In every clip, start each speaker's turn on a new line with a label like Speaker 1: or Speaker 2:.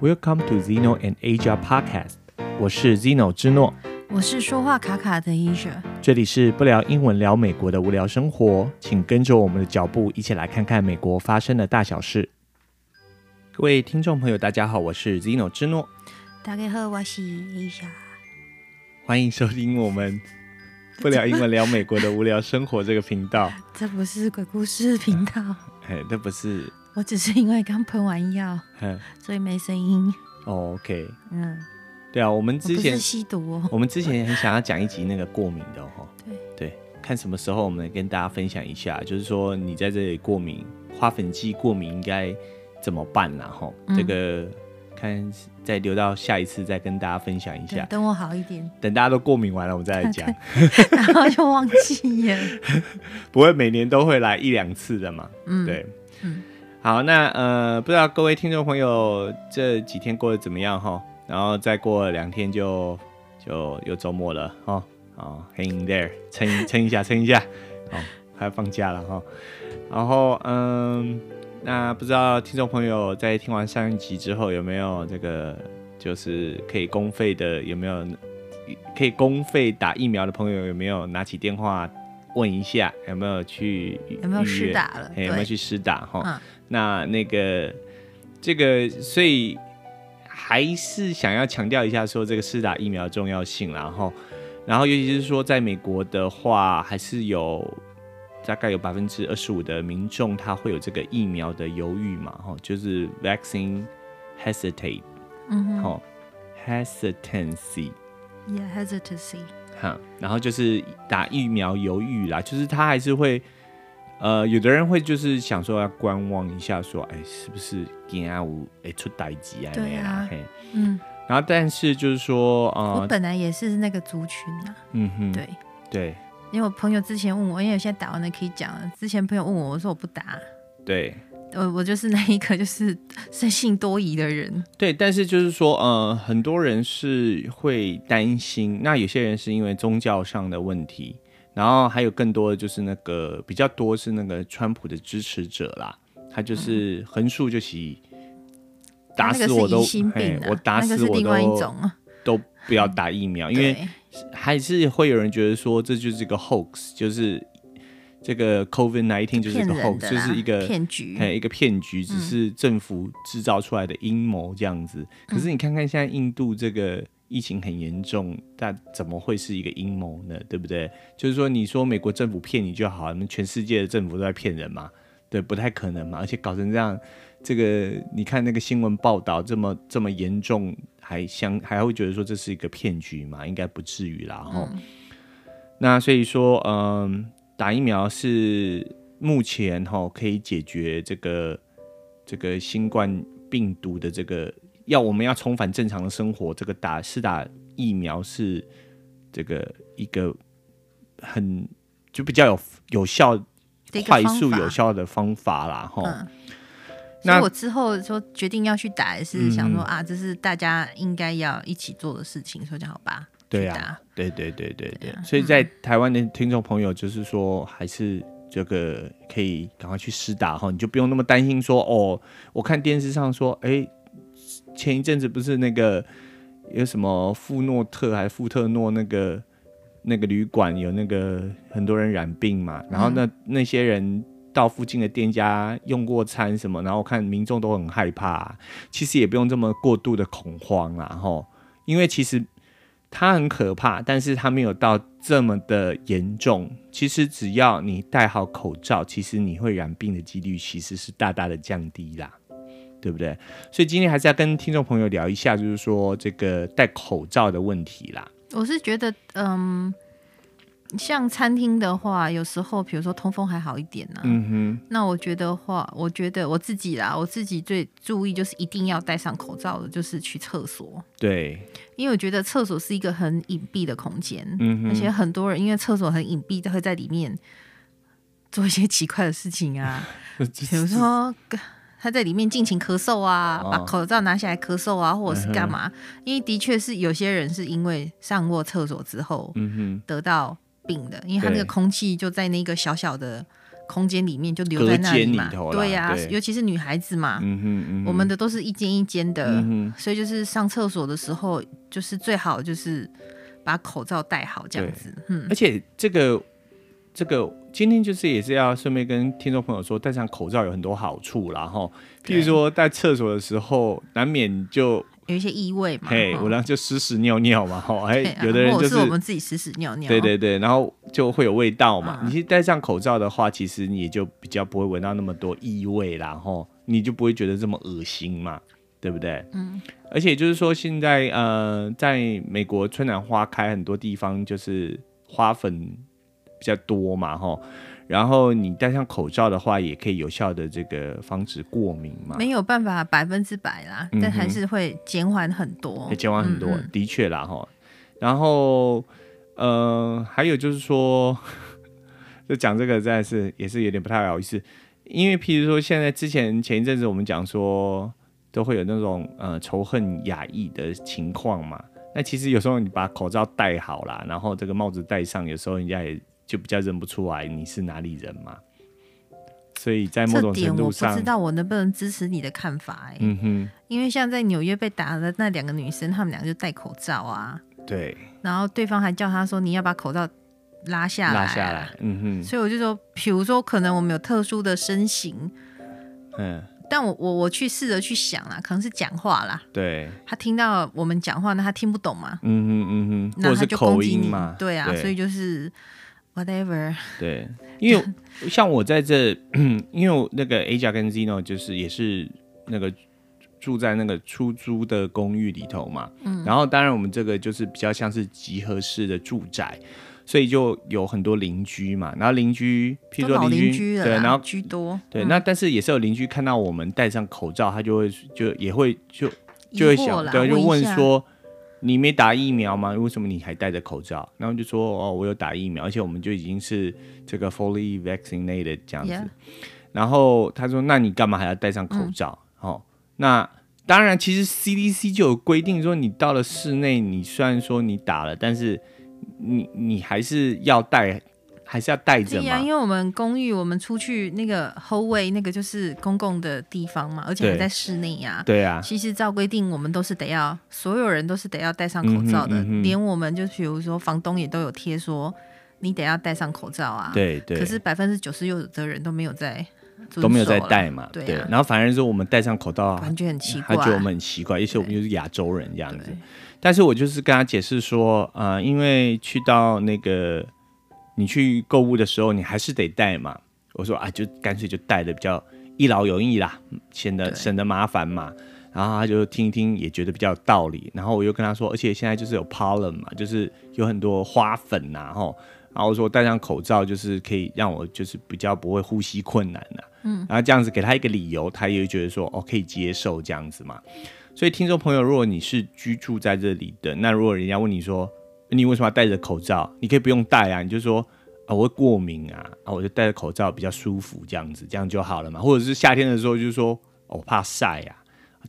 Speaker 1: Welcome to Zeno and Asia Podcast，我是 Zeno 之诺，
Speaker 2: 我是说话卡卡的 Asia。
Speaker 1: 这里是不聊英文聊美国的无聊生活，请跟着我们的脚步一起来看看美国发生的大小事。各位听众朋友，大家好，我是 Zeno 之诺，
Speaker 2: 大家好，我是 Asia。
Speaker 1: 欢迎收听我们 不聊英文聊美国的无聊生活这个频道。
Speaker 2: 这不是鬼故事频道，
Speaker 1: 哎，这不是，
Speaker 2: 我只是因为刚喷完药，
Speaker 1: 嗯、
Speaker 2: 所以没声音。
Speaker 1: 哦、，OK，
Speaker 2: 嗯，
Speaker 1: 对啊，我们
Speaker 2: 我不
Speaker 1: 之前
Speaker 2: 是吸毒哦。
Speaker 1: 我们之前很想要讲一集那个过敏的哦，
Speaker 2: 对
Speaker 1: 对，看什么时候我们跟大家分享一下，就是说你在这里过敏，花粉季过敏应该怎么办然、啊、后、
Speaker 2: 嗯
Speaker 1: 这个看再留到下一次再跟大家分享一
Speaker 2: 对
Speaker 1: 下，
Speaker 2: 等我好一点，
Speaker 1: 等大家都过敏完了，我们再来讲，
Speaker 2: 然后就忘记了。
Speaker 1: 不会每年都会来一两次的嘛，
Speaker 2: 嗯，
Speaker 1: 对，
Speaker 2: 嗯
Speaker 1: 好，那呃，不知道各位听众朋友这几天过得怎么样哈？然后再过两天就就又周末了哈，哦，hang in there，撑 一撑一下，撑一下，哦，快放假了哈。然后嗯，那不知道听众朋友在听完上一集之后有没有这个就是可以公费的有没有可以公费打疫苗的朋友有没有拿起电话问一下有没有去
Speaker 2: 有没有
Speaker 1: 预约
Speaker 2: 试打了
Speaker 1: 哎有没有
Speaker 2: 对
Speaker 1: 去施打哈？
Speaker 2: 嗯
Speaker 1: 那那个这个，所以还是想要强调一下说这个施打疫苗的重要性啦，然后，然后尤其是说在美国的话，还是有大概有百分之二十五的民众他会有这个疫苗的犹豫嘛，哈，就是 vaccine hesitate，
Speaker 2: 嗯哼
Speaker 1: 哈、hesitancy。
Speaker 2: ，Yeah hesitancy。
Speaker 1: 哈，然后就是打疫苗犹豫啦，就是他还是会，呃，有的人会就是想说要观望一下，说，哎，是不是今下有哎出代志啊那
Speaker 2: 对
Speaker 1: 样
Speaker 2: 啊
Speaker 1: 啦，嘿，
Speaker 2: 嗯，
Speaker 1: 然后但是就是说，
Speaker 2: 我
Speaker 1: 呃，
Speaker 2: 本来也是那个族群啊，
Speaker 1: 嗯哼，
Speaker 2: 对。
Speaker 1: 对
Speaker 2: 因为我朋友之前问我，因为我现在打完了可以讲了。之前朋友问我，我说我不打，
Speaker 1: 对
Speaker 2: 我我就是那一个就是 生性多疑的人。
Speaker 1: 对，但是就是说，呃，很多人是会担心，那有些人是因为宗教上的问题，然后还有更多的就是那个比较多是那个川普的支持者啦，他就是横竖就是打
Speaker 2: 嗯哦那
Speaker 1: 死
Speaker 2: 个是
Speaker 1: 我都
Speaker 2: 疑心病
Speaker 1: 嘿
Speaker 2: 啊，
Speaker 1: 我打
Speaker 2: 那个
Speaker 1: 死
Speaker 2: 是
Speaker 1: 我
Speaker 2: 另外一
Speaker 1: 都
Speaker 2: 种啊，
Speaker 1: 都不要打疫苗，因为
Speaker 2: 对
Speaker 1: 还是会有人觉得说这就是一个 hoax，就是这个 COVID nineteen 就是一
Speaker 2: 骗
Speaker 1: 个
Speaker 2: 人
Speaker 1: hoax，
Speaker 2: 的
Speaker 1: 就
Speaker 2: 啦，
Speaker 1: 是一个
Speaker 2: 骗局。
Speaker 1: 嘿，一个骗局，只是政府制造出来的阴谋这样子。可是你看看现在印度这个疫情很严重，但怎么会是一个阴谋呢？对不对？就是说，你说美国政府骗你就好，你们全世界的政府都在骗人嘛？对，不太可能嘛。而且搞成这样，这个你看那个新闻报道这么这么严重，还相还会觉得说这是一个骗局嘛？应该不至于啦。哈、那所以说，嗯，打疫苗是目前哈、可以解决这个这个新冠病毒的这个要我们要重返正常的生活，这个打是打疫苗是这个一个很就比较有有效、
Speaker 2: 的一个
Speaker 1: 快
Speaker 2: 方
Speaker 1: 速
Speaker 2: 法
Speaker 1: 有效的方法啦，哈、
Speaker 2: 嗯所
Speaker 1: 那嗯
Speaker 2: 以我之后说决定要去打，也是想说、啊，这是大家应该要一起做的事情，所以讲好吧，
Speaker 1: 对
Speaker 2: 去
Speaker 1: 啊
Speaker 2: 打，啊嗯
Speaker 1: 对对对对对，所以在台湾的听众朋友，就是说还是这个可以赶快去施打哈，你就不用那么担心说哦，我看电视上说，哎，前一阵子不是那个有什么富诺特还是富特诺那个那个旅馆有那个很多人染病嘛，然
Speaker 2: 嗯
Speaker 1: 后那、那些人。到附近的店家用过餐什么，然后我看民众都很害怕啊、其实也不用这么过度的恐慌啦，吼，因为其实它很可怕，但是它没有到这么的严重。其实只要你戴好口罩，其实你会染病的几率其实是大大的降低啦，对不对？所以今天还是要跟听众朋友聊一下，就是说这个戴口罩的问题啦。
Speaker 2: 我是觉得，嗯，像餐厅的话，有时候比如说通风还好一点呢、
Speaker 1: 嗯
Speaker 2: 那我觉得话，我觉得我自己啦，我自己最注意就是一定要戴上口罩的，就是去厕所
Speaker 1: 哼，，对，
Speaker 2: 因为我觉得厕所是一个很隐蔽的空间，
Speaker 1: 嗯哼，
Speaker 2: 而且很多人因为厕所很隐蔽，都会在里面做一些奇怪的事 情啊，
Speaker 1: 嗯
Speaker 2: 比如说他在里面尽情咳嗽啊，
Speaker 1: 哦嗯
Speaker 2: 把口罩拿下来咳嗽啊，或者是干嘛？因为的确是有些人是因为上过厕所之后
Speaker 1: 嗯哼，
Speaker 2: 得到病的，因为他那个
Speaker 1: 对
Speaker 2: 空气就在那个小小的空间里面就留在那里嘛
Speaker 1: 隔间里头，啦
Speaker 2: 对呀、
Speaker 1: 对
Speaker 2: 尤其是女孩子嘛，
Speaker 1: 嗯哼嗯哼，
Speaker 2: 我们的都是一间一间的，
Speaker 1: 嗯哼
Speaker 2: 所以就是上厕所的时候，就是最好就是把口罩戴好这样子，嗯，
Speaker 1: 而且这个这个今天就是也是要顺便跟听众朋友说，戴上口罩有很多好处啦哈。譬
Speaker 2: 对
Speaker 1: 如说在厕所的时候，难免就
Speaker 2: 有一些异味嘛，
Speaker 1: 嘿，
Speaker 2: 哈
Speaker 1: 我然后就屎屎尿尿嘛哈，
Speaker 2: 对
Speaker 1: 哎，
Speaker 2: 啊
Speaker 1: 有的人
Speaker 2: 或
Speaker 1: 就
Speaker 2: 者是我们自己屎屎尿尿，
Speaker 1: 对对对，然后就会有味道嘛。
Speaker 2: 嗯
Speaker 1: 你去戴上口罩的话，其实你也就比较不会闻到那么多异味啦，吼，你就不会觉得这么恶心嘛，对不对？嗯。而且就是说，现在呃，在美国春暖花开，很多地方就是花粉比较多嘛，吼。然后你戴上口罩的话，也可以有效的这个防止过敏嘛，
Speaker 2: 没有办法百分之百啦，
Speaker 1: 嗯哼
Speaker 2: 但还是会减缓很多
Speaker 1: 也，减缓很多，
Speaker 2: 嗯嗯
Speaker 1: 的确啦哈。然后呃，还有就是说， 就讲这个真的是也是有点不太好意思，因为譬如说现在之前前一阵子我们讲说都会有那种呃仇恨压抑的情况嘛，那其实有时候你把口罩戴好啦，然后这个帽子戴上，有时候人家也就比较认不出来你是哪里人嘛。所以在某
Speaker 2: 这
Speaker 1: 种
Speaker 2: 点
Speaker 1: 程
Speaker 2: 我
Speaker 1: 度
Speaker 2: 不
Speaker 1: 上
Speaker 2: 知，道我能不能支持你的看法哎、
Speaker 1: 嗯哼，
Speaker 2: 因为像在纽约被打的那两个女生，她们两个就戴口罩啊，
Speaker 1: 对，
Speaker 2: 然后对方还叫她说你要把口罩拉下来、
Speaker 1: 拉下来。，嗯哼，
Speaker 2: 所以我就说，比如说可能我们有特殊的身形，
Speaker 1: 嗯，
Speaker 2: 但我我我去试着去想啦，可能是讲话啦，
Speaker 1: 对。
Speaker 2: 他听到我们讲话，那他听不懂嘛，
Speaker 1: 嗯哼嗯哼，或
Speaker 2: 那
Speaker 1: 者
Speaker 2: 他
Speaker 1: 是
Speaker 2: 就攻
Speaker 1: 口
Speaker 2: 击
Speaker 1: 音
Speaker 2: 你
Speaker 1: 嘛，，
Speaker 2: 对啊，
Speaker 1: 对
Speaker 2: 所以就是 whatever，
Speaker 1: 对，因 为像我在这， 因为我那个 A 甲跟 Zino 就是也是那个住在那个出租的公寓里头嘛，嗯，然后当然我们这个就是比较像是集合式的住宅。所以就有很多邻居嘛，然后邻居，譬
Speaker 2: 都
Speaker 1: 如说
Speaker 2: 老
Speaker 1: 邻
Speaker 2: 邻居了啦，
Speaker 1: 对，然后
Speaker 2: 居多，
Speaker 1: 对，
Speaker 2: 嗯
Speaker 1: 那但是也是有邻居看到我们戴上口罩，他就会就也会就就会
Speaker 2: 疑惑
Speaker 1: 想，
Speaker 2: 啦
Speaker 1: 对，就
Speaker 2: 问
Speaker 1: 问
Speaker 2: 一下
Speaker 1: 说你没打疫苗吗？为什么你还戴着口罩？然后就说哦，我有打疫苗，而且我们就已经是这个 fully vaccinated 这样子。
Speaker 2: Yeah
Speaker 1: 然后他说，那你干嘛还要戴上口
Speaker 2: 嗯
Speaker 1: 罩？哦，那当然，其实 CDC 就有规定说，你到了室内，你虽然说你打了，但是你你还是要戴，还是要戴着
Speaker 2: 对
Speaker 1: 嘛。
Speaker 2: 呀、因为我们公寓，我们出去那个后卫，那个就是公共的地方嘛，而且还
Speaker 1: 对
Speaker 2: 在室内呀、
Speaker 1: 对啊，
Speaker 2: 其实照规定，我们都是得要，所有人都是得要戴上口罩
Speaker 1: 嗯
Speaker 2: 的，
Speaker 1: 哼嗯哼
Speaker 2: 连我们就比如说房东也都有贴说，你得要戴上口罩啊。。
Speaker 1: 对对。
Speaker 2: 可是百分之九十六的人都没有在遵守啦，
Speaker 1: 都没有在戴嘛，
Speaker 2: 对啊
Speaker 1: 然后反而是我们戴上口罩啊，
Speaker 2: 感觉很奇
Speaker 1: 他
Speaker 2: 怪。
Speaker 1: 觉得我们很奇怪，而且我们
Speaker 2: 对
Speaker 1: 就是亚洲人这样子
Speaker 2: 对。
Speaker 1: 但是我就是跟他解释说，呃，因为去到那个你去购物的时候，你还是得戴嘛。我说啊，就干脆就戴的比较一劳永逸啦，显得
Speaker 2: 对
Speaker 1: 省得麻烦嘛。然后他就听一听，也觉得比较有道理。然后我又跟他说，而且现在就是有 pollen 嘛，就是有很多花粉呐、吼。然后我说戴上口罩就是可以让我就是比较不会呼吸困难呐、嗯，然后这样子给他一个理由，他也会觉得说哦可以接受这样子嘛。所以听众朋友，如果你是居住在这里的，那如果人家问你说你为什么要戴着口罩，你可以不用戴啊，你就说啊我会过敏啊，啊我就戴着口罩比较舒服这样子，这样就好了嘛。或者是夏天的时候就说、哦、我怕晒啊，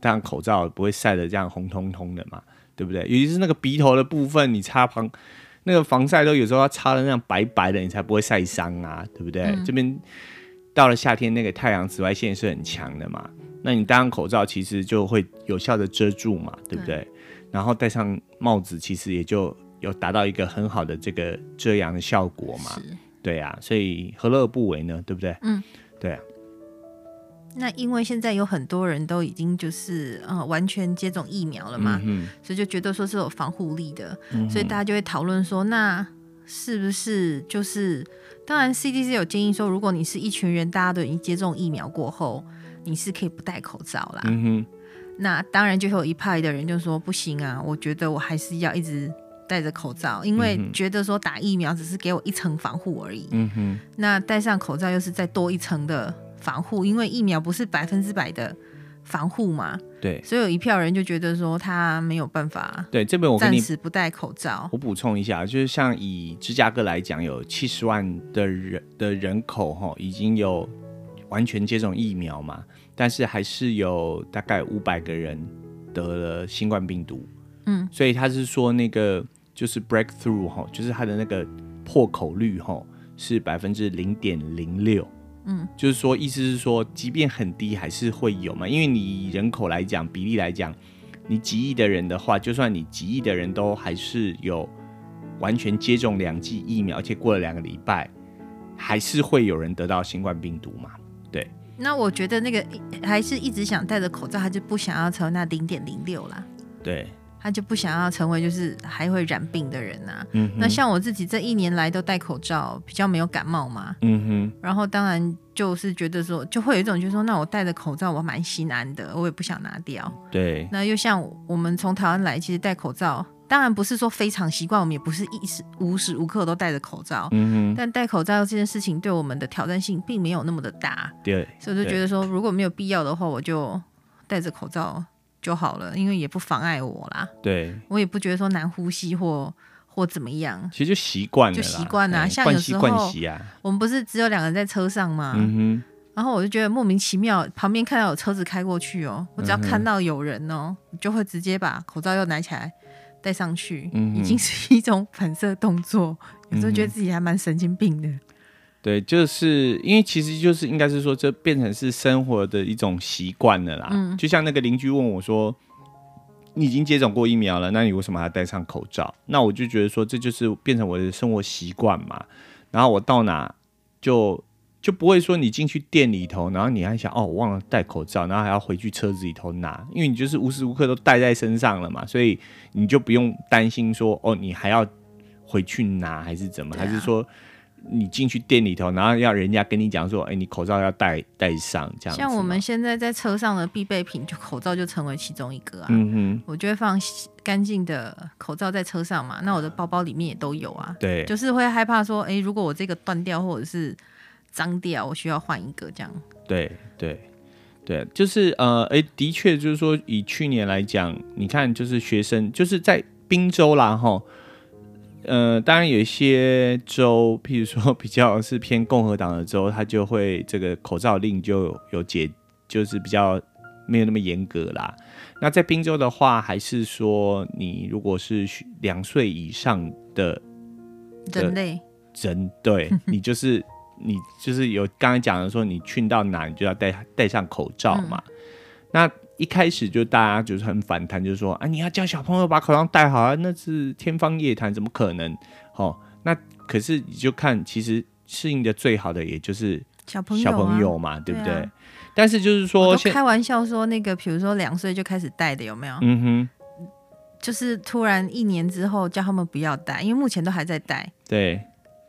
Speaker 1: 戴上口罩不会晒得这样红彤彤的嘛，对不对？尤其是那个鼻头的部分，你擦防那个防晒都有时候要擦的那样白白的，你才不会晒伤啊，对不对？这边到了夏天，那个太阳紫外线是很强的嘛，那你戴上口罩其实就会有效的遮住嘛，对不对？然后戴上帽子，其实也就有达到一个很好的这个遮阳的效果嘛，
Speaker 2: 是
Speaker 1: 对啊，所以何乐而不为呢？对不对？
Speaker 2: 嗯，
Speaker 1: 对啊，
Speaker 2: 那因为现在有很多人都已经就是呃完全接种疫苗了嘛，
Speaker 1: 嗯
Speaker 2: 所以就觉得说是有防护力的，
Speaker 1: 哼，
Speaker 2: 所以大家就会讨论说，那是不是就是？当然，CDC 有建议说，如果你是一群人，大家都已经接种疫苗过后，你是可以不戴口罩啦。
Speaker 1: 嗯哼。
Speaker 2: 那当然就会有一派的人就说不行啊，我觉得我还是要一直戴着口罩，因为觉得说打疫苗只是给我一层防护而已，
Speaker 1: 嗯哼，
Speaker 2: 那戴上口罩又是再多一层的防护，因为疫苗不是百分之百的防护嘛，
Speaker 1: 对
Speaker 2: 所以有一票人就觉得说他没有办法
Speaker 1: 对，这边我跟
Speaker 2: 暂
Speaker 1: 你
Speaker 2: 时不戴口罩，
Speaker 1: 我补充一下，就是像以芝加哥来讲，有七十万的人的人口哈，已经有完全接种疫苗嘛，但是还是有大概五百个人得了新冠病毒。
Speaker 2: 嗯，
Speaker 1: 所以他是说那个就是 breakthrough 哈，就是它的那个破口率哈是百分之零点零六，嗯，就是说意思是说，即便很低还是会有嘛，因为你以人口来讲，比例来讲，你几亿的人的话，就算你几亿的人都还是有完全接种两剂疫苗，而且过了两个礼拜，还是会有人得到新冠病毒嘛。
Speaker 2: 那我觉得那个还是一直想戴着口罩，他就不想要成为那零点零六啦，
Speaker 1: 对，
Speaker 2: 他就不想要成为就是还会染病的人啊。
Speaker 1: 嗯哼
Speaker 2: 那像我自己这一年来都戴口罩，比较没有感冒嘛。
Speaker 1: 嗯
Speaker 2: 然后当然就是觉得说，就会有一种就是说，那我戴着口罩我蛮心安的，我也不想拿掉。
Speaker 1: 哼，对，
Speaker 2: 那又像我们从台湾来，其实戴口罩，当然不是说非常习惯，我们也不是一时无时无刻都戴着口罩。
Speaker 1: 嗯哼，
Speaker 2: 但戴口罩这件事情对我们的挑战性并没有那么的大，
Speaker 1: 对，
Speaker 2: 所以我就觉得说，如果没有必要的话，我就戴着口罩就好了，因为也不妨碍我啦，
Speaker 1: 对，
Speaker 2: 我也不觉得说难呼吸或或怎么样。
Speaker 1: 其实就习惯了啦，
Speaker 2: 就习惯啊
Speaker 1: 哎
Speaker 2: 像
Speaker 1: 惯
Speaker 2: 有
Speaker 1: 习
Speaker 2: 时
Speaker 1: 惯
Speaker 2: 候
Speaker 1: 习啊，
Speaker 2: 我们不是只有两个人在车上嘛，
Speaker 1: 嗯
Speaker 2: 然后我就觉得莫名其妙，旁边看到有车子开过去哦，我只要
Speaker 1: 嗯
Speaker 2: 看到有人哦，我就会直接把口罩又拿起来戴上去，
Speaker 1: 嗯哼嗯
Speaker 2: 已经是一种反射动作。有时候觉得自己还蛮神经病的，
Speaker 1: 哼，对，就是因为其实就是应该是说，这变成是生活的一种习惯了啦。
Speaker 2: 嗯
Speaker 1: 就像那个邻居问我说：“你已经接种过疫苗了，那你为什么还要戴上口罩？”那我就觉得说，这就是变成我的生活习惯嘛。然后我到哪就就不会说你进去店里头，然后你还想哦，我忘了戴口罩，然后还要回去车子里头拿，因为你就是无时无刻都戴在身上了嘛，所以你就不用担心说哦，你还要回去拿还是怎么，
Speaker 2: 对啊
Speaker 1: 还是说你进去店里头，然后要人家跟你讲说，哎，你口罩要戴戴上这样子嘛。哦
Speaker 2: 像我们现在在车上的必备品，就口罩就成为其中一个啊。
Speaker 1: 嗯
Speaker 2: 我就会放干净的口罩在车上嘛，那我的包包里面也都有啊
Speaker 1: 哼，。对，
Speaker 2: 就是会害怕说，诶，如果我这个断掉或者是脏掉，我需要换一个这样。
Speaker 1: 对对对，就是呃，哎，的确就是说，以去年来讲，你看就是学生就是在滨州啦，哈，呃，当然有一些州，譬如说比较是偏共和党的州，它就会这个口罩令就有有解，就是比较没有那么严格啦。那在滨州的话，还是说你如果是学两岁以上的对
Speaker 2: 人类
Speaker 1: 人， 对你就是你就是有刚才讲的说，你去到哪你就要戴戴上口罩嘛。
Speaker 2: 嗯
Speaker 1: 那一开始就大家就是很反弹，就是说啊，你要叫小朋友把口罩戴好啊，那是天方夜谭，怎么可能？哦，那可是你就看，其实适应的最好的也就是
Speaker 2: 小朋友、
Speaker 1: 小
Speaker 2: 啊，
Speaker 1: 朋友嘛，对不对？
Speaker 2: 对啊
Speaker 1: 但是就是
Speaker 2: 我
Speaker 1: 说
Speaker 2: 都
Speaker 1: 现，
Speaker 2: 开玩笑说，那个比如说两岁就开始戴的，有没有？
Speaker 1: 嗯哼，
Speaker 2: 就是突然一年之后叫他们不要戴，因为目前都还在戴。
Speaker 1: 对，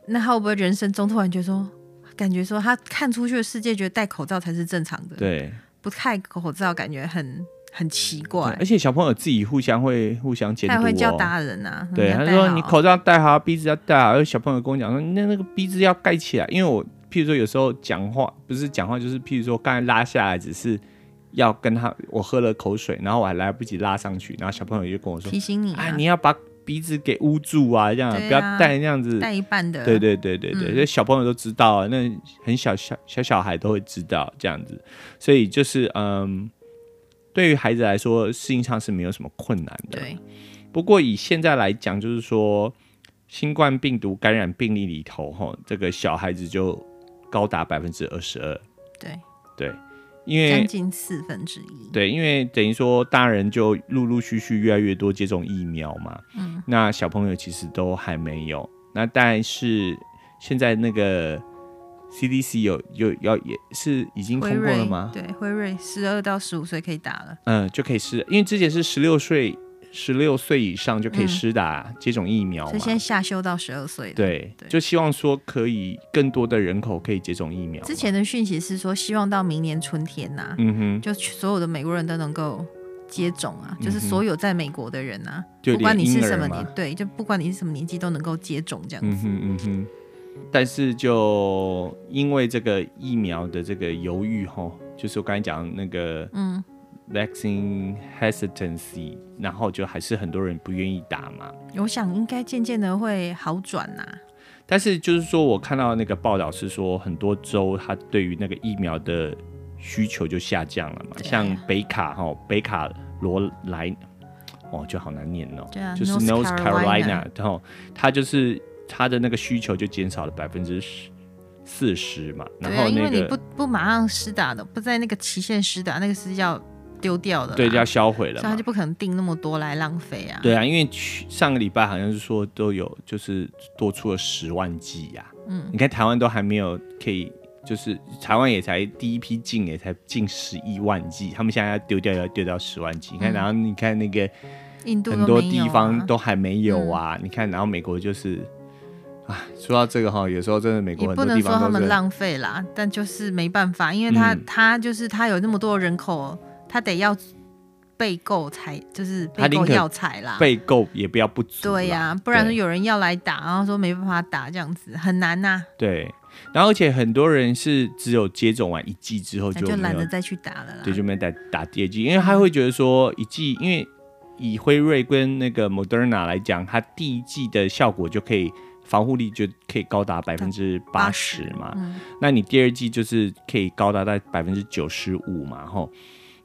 Speaker 2: 那他会不会人生中突然觉得说，感觉说他看出去的世界，觉得戴口罩才是正常的，
Speaker 1: 对。
Speaker 2: 不戴口罩感觉很很奇怪。
Speaker 1: 而且小朋友自己互相会互相监
Speaker 2: 他
Speaker 1: 督、
Speaker 2: 也
Speaker 1: 哦，
Speaker 2: 会叫大人啊，
Speaker 1: 对，
Speaker 2: 要
Speaker 1: 他
Speaker 2: 戴
Speaker 1: 说
Speaker 2: 好
Speaker 1: 你口罩戴好，啊鼻子要戴好。有小朋友跟我讲说，那那个鼻子要盖起来，因为我譬如说有时候讲话不是讲话，就是譬如说刚才拉下来，只是要跟他我喝了口水，然后我还来不及拉上去，然后小朋友就跟我说
Speaker 2: 提醒你、啊，
Speaker 1: 啊，你要把鼻子给捂住啊，这样、
Speaker 2: 对啊
Speaker 1: 不要戴那样子。
Speaker 2: 戴一半的，
Speaker 1: 对对对对对，
Speaker 2: 嗯
Speaker 1: 所以小朋友都知道啊，那很小小小小孩都会知道这样子，所以就是嗯，对于孩子来说，适应上是没有什么困难的。
Speaker 2: 对
Speaker 1: 不过以现在来讲，就是说新冠病毒感染病例里头，哈，这个小孩子就高达百分之二十二，
Speaker 2: 对，
Speaker 1: 对，因
Speaker 2: 将
Speaker 1: 为
Speaker 2: 近四分之一。
Speaker 1: 对，因为等于说大人就陆陆续续越来越多接种疫苗嘛，
Speaker 2: 嗯，
Speaker 1: 那小朋友其实都还没有，那但是现在那个 CDC 有有要也是已经
Speaker 2: 辉
Speaker 1: 通过
Speaker 2: 瑞
Speaker 1: 了吗？
Speaker 2: 对，辉瑞十二到十五岁可以打了。
Speaker 1: 嗯，就可以施，因为之前是十六岁。十六岁以上就可以
Speaker 2: 嗯
Speaker 1: 施打接种疫苗嘛，
Speaker 2: 所以现在下修到十二岁了。，
Speaker 1: 对，
Speaker 2: 对
Speaker 1: 就希望说可以更多的人口可以接种疫苗嘛。
Speaker 2: 之前的讯息是说，希望到明年春天呐、
Speaker 1: 嗯哼，
Speaker 2: 就所有的美国人都能够接种啊，就是所有在美国的人啊，
Speaker 1: 嗯就
Speaker 2: 不管
Speaker 1: 连
Speaker 2: 你是
Speaker 1: 婴儿
Speaker 2: 什么
Speaker 1: 嘛
Speaker 2: 年，对，就不管你是什么年纪都能够接种这样
Speaker 1: 嗯
Speaker 2: 子。
Speaker 1: 哼嗯哼。但是就因为这个疫苗的这个犹豫吼，就是我刚才讲那个
Speaker 2: 嗯，
Speaker 1: vaccine hesitancy，然后就还是很多人不愿意打嘛。
Speaker 2: 我想应该渐渐的会好转呐、
Speaker 1: 但是就是说我看到那个报道是说，很多州它对于那个疫苗的需求就下降了嘛，
Speaker 2: 对啊
Speaker 1: 像北卡哈、北卡罗来，哦，就好难念哦，
Speaker 2: 对啊
Speaker 1: 就是
Speaker 2: North
Speaker 1: North
Speaker 2: Carolina
Speaker 1: Carolina，然后它就是它的那个需求就减少了百分之十四十嘛，然
Speaker 2: 对啊，
Speaker 1: 后
Speaker 2: 因
Speaker 1: 那
Speaker 2: 为你不
Speaker 1: 个
Speaker 2: 不马上施打的，不在那个期限施打，那个是要丢掉的啦，
Speaker 1: 对就要销毁
Speaker 2: 所
Speaker 1: 了
Speaker 2: 以他
Speaker 1: 嘛
Speaker 2: 就。不可能订那么多来浪费啊。
Speaker 1: 对啊，因为去上个礼拜好像是说都有就是多出了十万剂呀、嗯，你看台湾都还没有可以，就是台湾也才第一批进也才进十一万剂，他们现在要丢掉要丢掉十万剂。
Speaker 2: 嗯
Speaker 1: 你看，然后你看那个
Speaker 2: 印度都
Speaker 1: 很多
Speaker 2: 没有
Speaker 1: 地方
Speaker 2: 啊
Speaker 1: 都还没有啊。你看，然后美国就是，啊，说到这个哈，有时候真的美
Speaker 2: 也
Speaker 1: 国很
Speaker 2: 不
Speaker 1: 多
Speaker 2: 能
Speaker 1: 地
Speaker 2: 说他
Speaker 1: 方都
Speaker 2: 们
Speaker 1: 是
Speaker 2: 浪费啦，但就是没办法，因为他、
Speaker 1: 嗯
Speaker 2: 他就是他有那么多人口，他得要备购才就是
Speaker 1: 他
Speaker 2: 备
Speaker 1: 宁
Speaker 2: 购
Speaker 1: 可
Speaker 2: 药材啦。
Speaker 1: 被购也不要不足。
Speaker 2: 对呀、不然
Speaker 1: 对
Speaker 2: 有人要来打，然后说没办法打，这样子很难啊呐、
Speaker 1: 对，然后而且很多人是只有接种完一剂之后
Speaker 2: 那
Speaker 1: 就
Speaker 2: 就
Speaker 1: 没
Speaker 2: 懒
Speaker 1: 有
Speaker 2: 得，再去打了啦。
Speaker 1: 对，就没有打打第二剂，因为他会觉得说一剂，因为以辉瑞跟那个 Moderna 来讲，它第一剂的效果就可以。防护力就可以高达百分之八十嘛，
Speaker 2: 嗯
Speaker 1: 那你第二季就是可以高达在百分之九十五嘛，吼。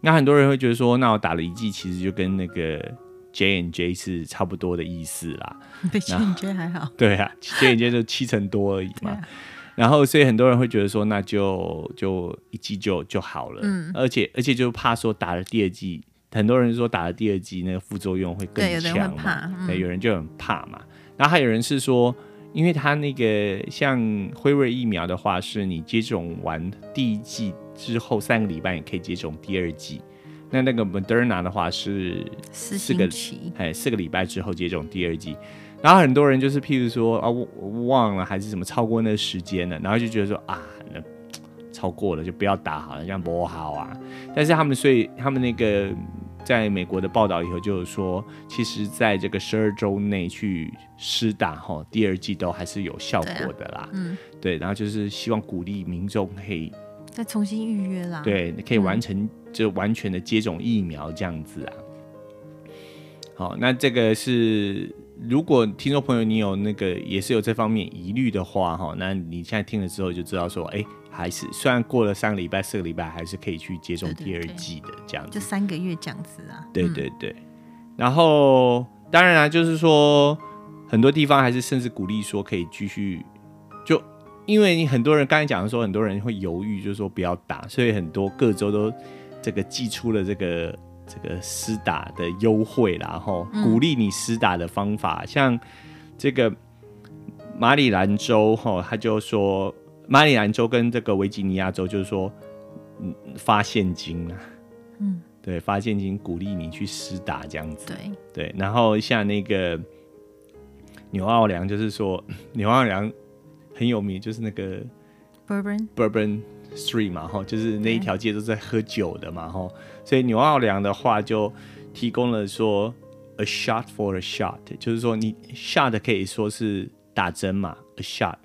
Speaker 1: 那很多人会觉得说，那我打了一剂，其实就跟那个 J N J 是差不多的意思啦。
Speaker 2: 被拒绝还好。
Speaker 1: 对啊，J N J 就七成多而已
Speaker 2: 对
Speaker 1: 嘛。
Speaker 2: 啊，
Speaker 1: 然后，所以很多人会觉得说，那就就一剂就就好了。
Speaker 2: 嗯
Speaker 1: 而且而且就怕说打了第二剂，很多人说打了第二剂那个副作用会 更
Speaker 2: 对有的人会
Speaker 1: 强嘛，
Speaker 2: 怕嗯
Speaker 1: 对，有人就很怕嘛。然后还有人是说，因为他那个像辉瑞疫苗的话，是你接种完第一剂之后三个礼拜，你可以接种第二剂。那那个 Moderna 的话是
Speaker 2: 四
Speaker 1: 四个
Speaker 2: 星期，
Speaker 1: 哎，四个礼拜之后接种第二剂。然后很多人就是，譬如说啊，我我忘了还是什么超过那个时间了，然后就觉得说啊，那嘖超过了就不要打好了，这样不好啊。但是他们所以他们那个在美国的报道以后就是说，其实在这个十二周内去施打哈，第二季都还是有效果的啦。
Speaker 2: 嗯，
Speaker 1: 对，然后就是希望鼓励民众可以
Speaker 2: 再重新预约啦。，
Speaker 1: 对，你可以完成就完全的接种疫苗这样子啊。好，那这个是如果听众朋友你有那个也是有这方面疑虑的话哈，那你现在听了之后就知道说，哎、还是虽然过了三个礼拜、四个礼拜，还是可以去接种
Speaker 2: 对对
Speaker 1: 第二
Speaker 2: 对
Speaker 1: 剂的这样子
Speaker 2: 就。三个月这样子啊。
Speaker 1: 对对对，然后当然啦、啊就是说很多地方还是甚至鼓励说可以继续，就因为你很多人刚才讲的说，很多人会犹豫，就是说不要打，所以很多各州都这个寄出了这个这个施打的优惠啦，然后鼓励你施打的方法，像这个马里兰州哈，吼他就说马里兰州跟这个维吉尼亚州就是说，嗯，发现金啊。
Speaker 2: 嗯，
Speaker 1: 对，发现金鼓励你去施打这样子。
Speaker 2: 对，
Speaker 1: 对，然后像那个纽奥良，就是说 纽奥良很有名，就是那个
Speaker 2: bourbon，
Speaker 1: Bourbon Street 嘛，哈，就是那一
Speaker 2: 对
Speaker 1: 条街都在喝酒的嘛，哈，所以纽奥良的话就提供了说 a shot for a shot，就是说你 shot 可以说是打针嘛，a shot，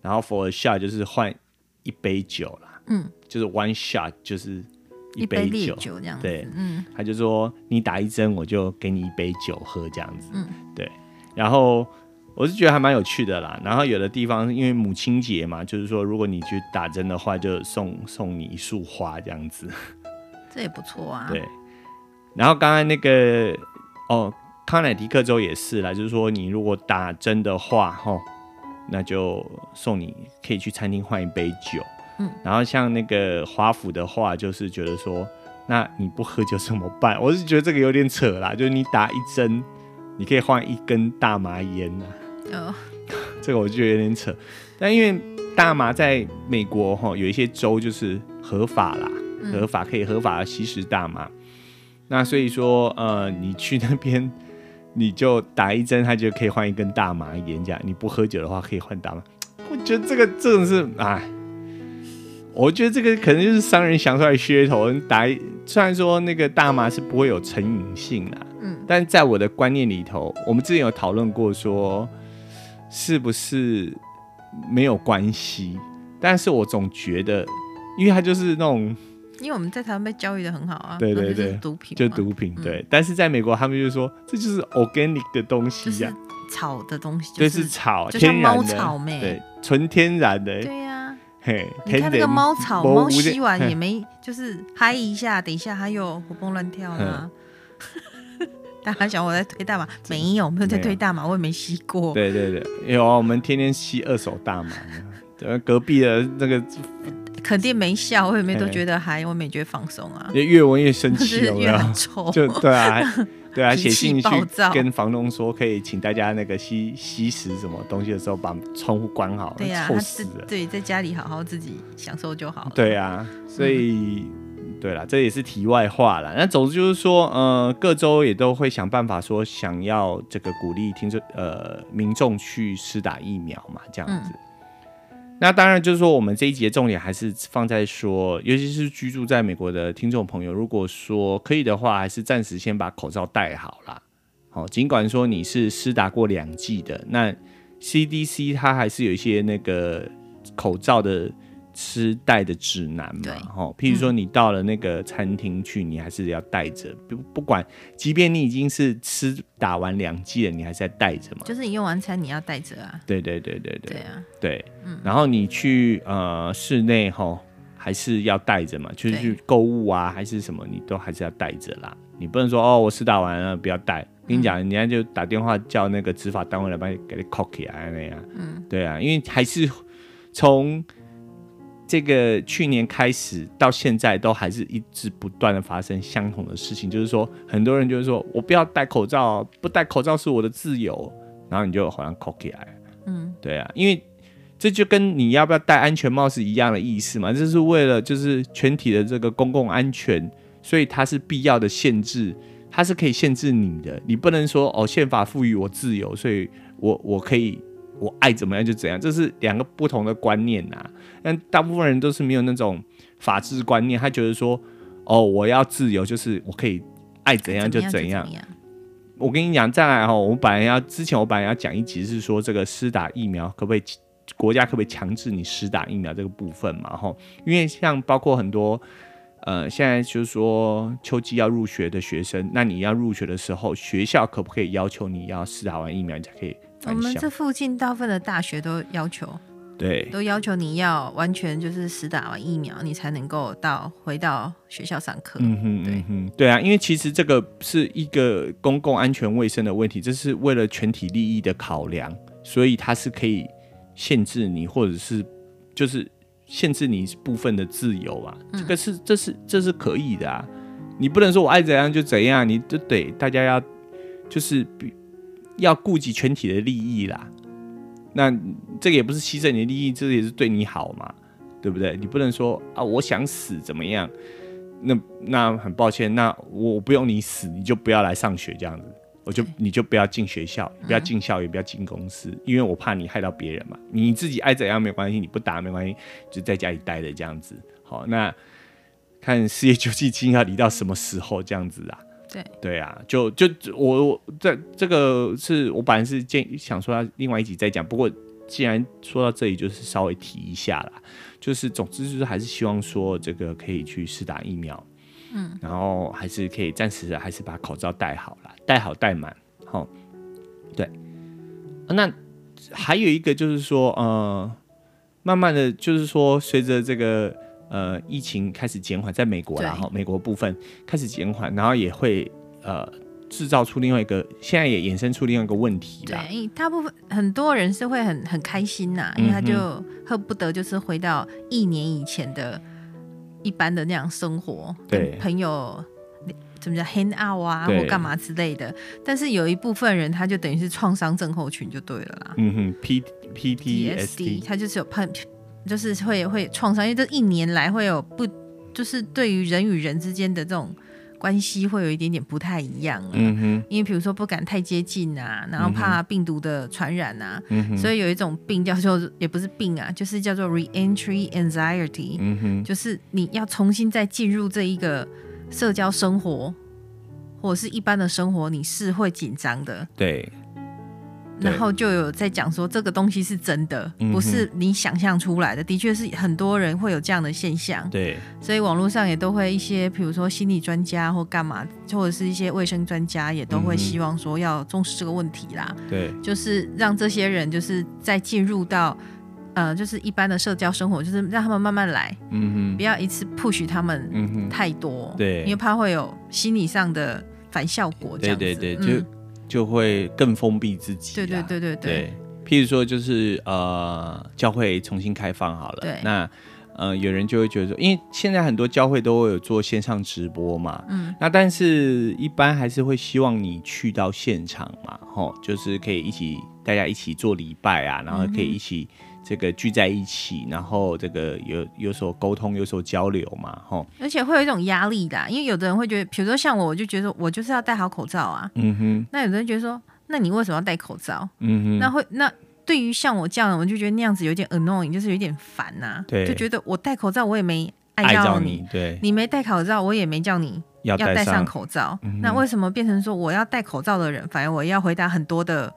Speaker 1: 然后 for a shot 就是换一杯酒啦，
Speaker 2: 嗯，
Speaker 1: 就是 one shot 就是
Speaker 2: 一
Speaker 1: 杯
Speaker 2: 烈酒这样子。
Speaker 1: 对
Speaker 2: 嗯，
Speaker 1: 他就说你打一针，我就给你一杯酒喝这样
Speaker 2: 嗯
Speaker 1: 子。对。然后我是觉得还蛮有趣的啦。然后有的地方因为母亲节嘛，就是说如果你去打针的话，就送送你一束花这样子。
Speaker 2: 这也不错啊。
Speaker 1: 对。然后刚才那个哦，康乃狄克州也是啦，就是说你如果打针的话，吼、那就送你可以去餐厅换一杯酒。嗯，然后像那个华府的话，就是觉得说，那你不喝酒怎么办？我是觉得这个有点扯啦，就是你打一针，你可以换一根大麻烟啊。
Speaker 2: 哦，
Speaker 1: 这个我就觉得有点扯。但因为大麻在美国哈有一些州就是合法啦，合法可以合法的吸食大麻。那所以说，呃，你去那边你就打一针，它就可以换一根大麻烟，这样你不喝酒的话可以换大麻。我觉得这个真的是哎。我觉得这个可能就是商人想出来的噱头，打一虽然说那个大麻是不会有成瘾性啦，
Speaker 2: 嗯，
Speaker 1: 但在我的观念里头，我们之前有讨论过说，是不是没有关系？但是我总觉得，因为它就是那种
Speaker 2: 因为我们在台湾被教育的很好啊，
Speaker 1: 对对
Speaker 2: 那就是
Speaker 1: 对
Speaker 2: 毒品
Speaker 1: 就
Speaker 2: 嘛
Speaker 1: 毒品，对。但是在美国，他们就说这就是 organic 的东
Speaker 2: 就
Speaker 1: 西呀、
Speaker 2: 是草的东西，
Speaker 1: 这
Speaker 2: 是
Speaker 1: 是草，
Speaker 2: 就像
Speaker 1: 天然
Speaker 2: 猫
Speaker 1: 的，
Speaker 2: 草咩
Speaker 1: 对，纯天然的，
Speaker 2: 对呀、
Speaker 1: 嘿，
Speaker 2: 你看这个
Speaker 1: 天然
Speaker 2: 猫草，
Speaker 1: 没
Speaker 2: 猫
Speaker 1: 有
Speaker 2: 吸 完
Speaker 1: 嘿
Speaker 2: 也没，就是嗨一下，等一下它又活蹦乱跳啦。 大家想我在推 大麻，没有，没有在推大麻，我也没吸过。
Speaker 1: 对对对，有啊，我们天天吸二手大麻呢，对隔壁的那个
Speaker 2: 肯定没效，我也没都
Speaker 1: 哎
Speaker 2: 觉得还，我也没觉得放松啊，
Speaker 1: 越闻越生
Speaker 2: 就
Speaker 1: 气，
Speaker 2: 是
Speaker 1: 有没
Speaker 2: 越
Speaker 1: 有？
Speaker 2: 来臭。
Speaker 1: 就对啊， 还对啊，
Speaker 2: 哦脾
Speaker 1: 写
Speaker 2: 气
Speaker 1: 信去
Speaker 2: 暴躁
Speaker 1: 跟房东说，可以请大家那个吸吸食什么东西的时候，把窗户关好，
Speaker 2: 对呀、
Speaker 1: 臭
Speaker 2: 他
Speaker 1: 死
Speaker 2: 自
Speaker 1: 了。
Speaker 2: 对在家里好好自己享受就好 了。
Speaker 1: 对啊，所以、对啦，这也是题外话啦。那总之就是说，呃，各州也都会想办法说，想要这个鼓励听众呃民众去施打疫苗嘛，这样子。
Speaker 2: 嗯
Speaker 1: 那当然，就是说我们这一集的重点还是放在说，尤其是居住在美国的听众朋友，如果说可以的话，还是暂时先把口罩戴好啦。好、尽管说你是施打过两剂的，那 CDC 它还是有一些那个口罩的吃戴的指南嘛
Speaker 2: 对，
Speaker 1: 吼，譬如说你到了那个餐厅去，你还是要戴着，不不管，即便你已经是吃打完两剂了，你还是在戴着嘛。
Speaker 2: 就是你用完餐你要带着啊。
Speaker 1: 对对对对对
Speaker 2: 对啊，
Speaker 1: 对，然后你去呃室内吼，还是要戴着嘛，就是
Speaker 2: 对
Speaker 1: 去购物啊，还是什么，你都还是要戴着啦。你不能说哦，我试打完了不要戴。跟你讲，人家就打电话叫那个执法单位来帮你给你扣起来那样。嗯，对啊，因为还是从这个去年开始到现在，都还是一直不断的发生相同的事情，就是说很多人就是说我不要戴口罩，不戴口罩是我的自由，然后你就好像扣起来。嗯，对啊，因为这就跟你要不要戴安全帽是一样的意思嘛，这是为了就是全体的这个公共安全，所以它是必要的限制，它是可以限制你的，你不能说哦，宪法赋予我自由，所以我我可以我爱怎么样就怎样，这是两个不同的观念呐、但大部分人都是没有那种法治观念，他觉得说哦，我要自由，就是我可以爱怎样就
Speaker 2: 怎
Speaker 1: 怎样
Speaker 2: 么。样。
Speaker 1: 我跟你讲，再来哈，我本来要之前我本来要讲一集是说这个施打疫苗可不可以，国家可不可以强制你施打疫苗这个部分嘛哈，因为像包括很多呃现在就是说秋季要入学的学生，那你要入学的时候，学校可不可以要求你要施打完疫苗你才可以
Speaker 2: 我
Speaker 1: 返
Speaker 2: 们
Speaker 1: 校
Speaker 2: 这？附近大部分的大学都要求，
Speaker 1: 对
Speaker 2: 都要求你要完全就是实打完疫苗，你才能够到回到学校上课。
Speaker 1: 嗯哼，
Speaker 2: 对
Speaker 1: 嗯哼，对啊，因为其实这个是一个公共安全卫生的问题，这是为了全体利益的考量，所以它是可以限制你，或者是就是限制你部分的自由啊，这个是这是这是可以的啊，你不能说我爱怎样就怎样，你就得大家要就是比要顾及全体的利益啦。那这个也不是牺牲你的利益，这也是对你好嘛，对不对？你不能说啊，我想死怎么样？那那很抱歉，那我我不用你死，你就不要来上学这样子，我就你就不要进学校，不要进校园，不要进公司，因为我怕你害到别人嘛。你自己爱怎样没关系，你不打没关系，就在家里待着这样子。好，那看失业救济金要离到什么时候这样子啊？
Speaker 2: 对
Speaker 1: 对啊，就就我我这这个是我本来是建想说要另外一集再讲，不过既然说到这里，就是稍微提一下啦。就是总之就是还是希望说这个可以去试打疫苗，嗯，然后还是可以暂时的还是把口罩戴好啦，戴好戴满，好，对。啊那还有一个就是说，呃，慢慢的就是说，随着这个呃疫情开始减缓，在美国啦，
Speaker 2: 对
Speaker 1: 哈，美国部分开始减缓，然后也会呃制造出另外一个，现在也衍生出另外一个问题啦
Speaker 2: 对，，因为大部分很多人是会很很开心呐、因为
Speaker 1: 嗯
Speaker 2: 他就恨不得就是回到一年以前的一般的那样生活，
Speaker 1: 对
Speaker 2: 跟朋友怎么讲 hang out 啊，
Speaker 1: 对
Speaker 2: 或干嘛之类的。但是有一部分人他就等于是创伤症候群就对了啦
Speaker 1: 嗯哼，P P T S D，
Speaker 2: 他就是有碰，就是会会创伤，因为这一年来会有不，就是对于人与人之间的这种关系会有一点点不太一样啊。
Speaker 1: 嗯哼。
Speaker 2: 因为比如说不敢太接近啊，然后怕病毒的传染啊，
Speaker 1: 嗯哼，
Speaker 2: 所以有一种病叫做也不是病啊，就是叫做 reentry anxiety，、
Speaker 1: 嗯哼，
Speaker 2: 就是你要重新再进入这一个社交生活或者是一般的生活，你是会紧张的。
Speaker 1: 对，对
Speaker 2: 然后就有在讲说这个东西是真的，
Speaker 1: 嗯哼
Speaker 2: 不是你想象出来的，的确是很多人会有这样的现象，
Speaker 1: 对，
Speaker 2: 所以网络上也都会一些，比如说心理专家或干嘛，或者是一些卫生专家也都
Speaker 1: 嗯哼
Speaker 2: 会希望说要重视这个问题啦，
Speaker 1: 对，
Speaker 2: 就是让这些人就是再进入到。呃，就是一般的社交生活，就是让他们慢慢来，
Speaker 1: 嗯
Speaker 2: 不
Speaker 1: 哼，
Speaker 2: 要一次 push 他们
Speaker 1: 嗯哼，
Speaker 2: 太多，
Speaker 1: 对
Speaker 2: 因为怕会有心理上的反效果。这
Speaker 1: 对
Speaker 2: 样子
Speaker 1: 对对，
Speaker 2: 嗯
Speaker 1: 就就会更封闭自己啊。
Speaker 2: 对对对对对
Speaker 1: 对，譬如说就是呃，教会重新开放好了，
Speaker 2: 对
Speaker 1: 那呃，有人就会觉得说，因为现在很多教会都会有做线上直播嘛，嗯，那但是一般还是会希望你去到现场嘛，吼，就是可以一起大家一起做礼拜
Speaker 2: 嗯
Speaker 1: 啊，然后可以一起这个聚在一起，然后这个有有所沟通，有所交流嘛，吼，
Speaker 2: 而且会有一种压力啦，因为有的人会觉得，比如说像我，我就觉得我就是要戴好口罩啊。
Speaker 1: 嗯哼，
Speaker 2: 那有的人觉得说，那你为什么要戴口罩？
Speaker 1: 嗯哼，
Speaker 2: 那会那对于像我这样的，我就觉得那样子有点 annoying，就是有点烦呐、
Speaker 1: 对
Speaker 2: 就觉得我戴口罩我也没
Speaker 1: 爱
Speaker 2: 爱到
Speaker 1: 照你，对，
Speaker 2: 你没戴口罩我也没叫你
Speaker 1: 要
Speaker 2: 要戴
Speaker 1: 戴嗯
Speaker 2: 上口罩。那为什么变成说我要戴口罩的人，反而我要回答很多的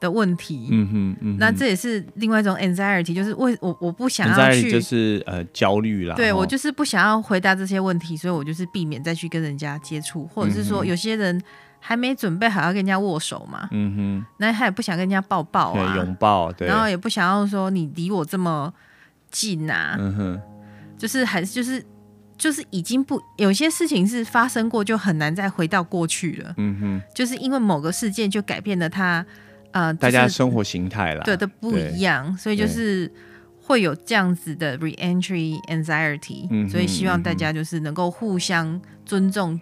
Speaker 2: 的问题？
Speaker 1: 嗯哼，嗯哼，
Speaker 2: 那这也是另外一种 anxiety，就是为我我不想要
Speaker 1: anxiety
Speaker 2: 去，
Speaker 1: 就是呃焦虑啦，
Speaker 2: 对
Speaker 1: 吼
Speaker 2: 我就是不想要回答这些问题，所以我就是避免再去跟人家接触，或者是说有些人还没准备好要跟人家握手嘛，
Speaker 1: 嗯
Speaker 2: 那他也不想跟人家抱抱
Speaker 1: 哼，
Speaker 2: 啊
Speaker 1: 对，，拥抱，对，
Speaker 2: 然后也不想要说你离我这么近啊，
Speaker 1: 嗯哼，
Speaker 2: 就是还是就是就是已经不有些事情是发生过就很难再回到过去了，
Speaker 1: 嗯哼，
Speaker 2: 就是因为某个事件就改变了他呃、
Speaker 1: 大家
Speaker 2: 就是
Speaker 1: 生活形态啦，
Speaker 2: 对的不一样，所以就是会有这样子的 re-entry anxiety，、
Speaker 1: 嗯哼
Speaker 2: 所以希望大家就是能够互相尊重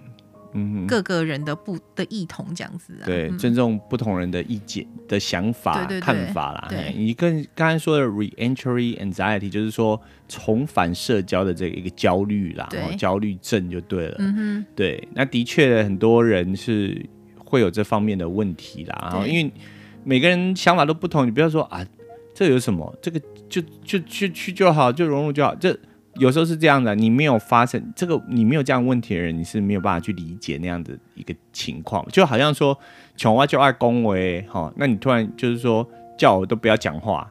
Speaker 1: 嗯哼，
Speaker 2: 各个人的不的异同这样子啊。
Speaker 1: 对，
Speaker 2: 嗯
Speaker 1: 尊重不同人的意见的想法、
Speaker 2: 对对对
Speaker 1: 看法啦。
Speaker 2: 对
Speaker 1: 嘿你跟刚才说的 re-entry anxiety 就是说重返社交的这个一个焦虑啦，
Speaker 2: 对
Speaker 1: 哦焦虑症就对了。
Speaker 2: 嗯
Speaker 1: 对，那的确很多人是会有这方面的问题啦。然后
Speaker 2: 对
Speaker 1: 因为每个人想法都不同，你不要说啊，这有什么？这个就就就去就好，就融入就好。这有时候是这样的，你没有发生这个，你没有这样问题的人，你是没有办法去理解那样的一个情况。就好像说，穷啊就爱恭维，哈、那你突然就是说叫我都不要讲话。